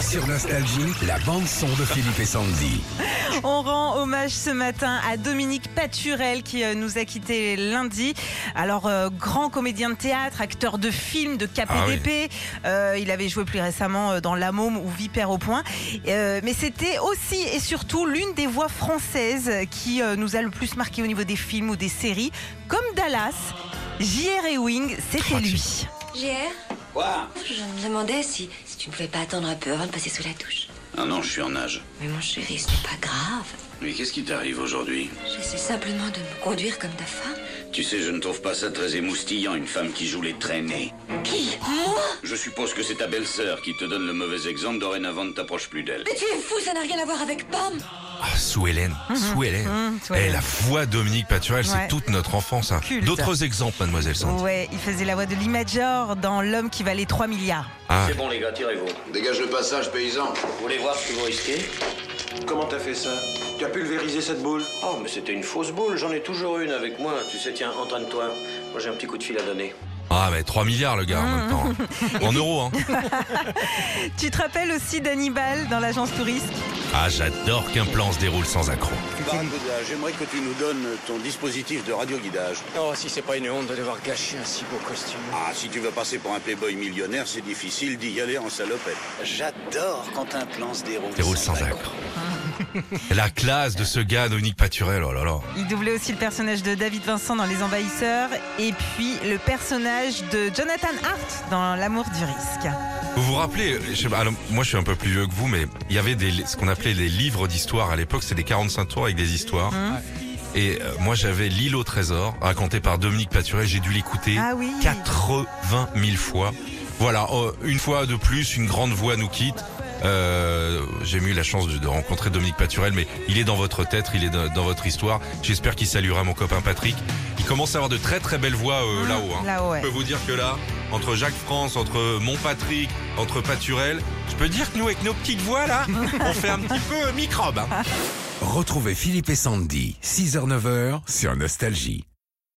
Sur Nostalgie, la bande-son de Philippe et Sandy. On rend hommage ce matin à Dominique Paturel qui euh, nous a quittés lundi. Alors, euh, grand comédien de théâtre, acteur de films, de KPDP. Euh, il avait joué plus récemment euh, dans La Môme ou Vipère au Point. Euh, mais c'était aussi et surtout l'une des voix françaises qui euh, nous a le plus marqué au niveau des films ou des séries, comme Dallas. J.R. Ewing, c'était lui. JR Quoi Je me demandais si, si tu ne pouvais pas attendre un peu avant de passer sous la touche. Non, non, je suis en nage. Mais mon chéri, ce n'est pas grave. Mais qu'est-ce qui t'arrive aujourd'hui J'essaie simplement de me conduire comme ta femme. Tu sais, je ne trouve pas ça très émoustillant, une femme qui joue les traînées. Qui Moi Je suppose que c'est ta belle-sœur qui te donne le mauvais exemple, dorénavant ne t'approche plus d'elle. Mais tu es fou, ça n'a rien à voir avec Pam Ah, sous Hélène, sous Hélène. Mhm, sous Eh, Hélène. la voix de Dominique Paturel, Ouais. c'est toute notre enfance. hein. Culte. D'autres exemples, mademoiselle Sandy. Ouais, il faisait la voix de l'Imajor dans L'homme qui valait 3 milliards. Ah, bon, les gars, tirez-vous. Dégage le passage, paysan. Vous voulez voir ce que vous risquez Comment t'as fait ça Tu as pulvérisé cette boule Oh, mais c'était une fausse boule, j'en ai toujours une avec moi. Tu sais, tiens, entraîne-toi. Moi, j'ai un petit coup de fil à donner. ah, mais 3 milliards le gars en même temps. hein. En euros, hein. Tu te rappelles aussi d'Hannibal dans l'agence touriste Ah, j'adore qu'un plan se déroule sans accroc. Barracuda, j'aimerais que tu nous donnes ton dispositif de radioguidage. Oh, si c'est pas une honte de devoir gâcher un si beau costume. Ah, si tu veux passer pour un playboy millionnaire, c'est difficile d'y aller en salopette. J'adore quand un plan se déroule. Déroule sans accroc. La classe de ce gars, Dominique Paturel, oh là là. Il doublait aussi le personnage de David Vincent dans Les Envahisseurs et puis le personnage de Jonathan Hart dans L'amour du risque. Vous vous rappelez, je sais pas, alors, moi je suis un peu plus vieux que vous, mais il y avait des, ce qu'on appelait les livres d'histoire à l'époque, c'est des 45 tours avec des histoires. Hum. Et euh, moi j'avais L'île au trésor, raconté par Dominique Paturel, j'ai dû l'écouter Ah oui. 80 000 fois. Voilà, euh, une fois de plus, une grande voix nous quitte. Euh, j'ai eu la chance de, de rencontrer Dominique Paturel, mais il est dans votre tête, il est dans, dans votre histoire. J'espère qu'il saluera mon copain Patrick. Il commence à avoir de très très belles voix euh, Mmh, là-haut. hein. là-haut, ouais. Je peux vous dire que là, entre Jacques France, entre Montpatrick, entre Paturel, je peux dire que nous, avec nos petites voix là, on fait un petit peu microbe. hein. Retrouvez Philippe et Sandy, 6h-9h, sur Nostalgie.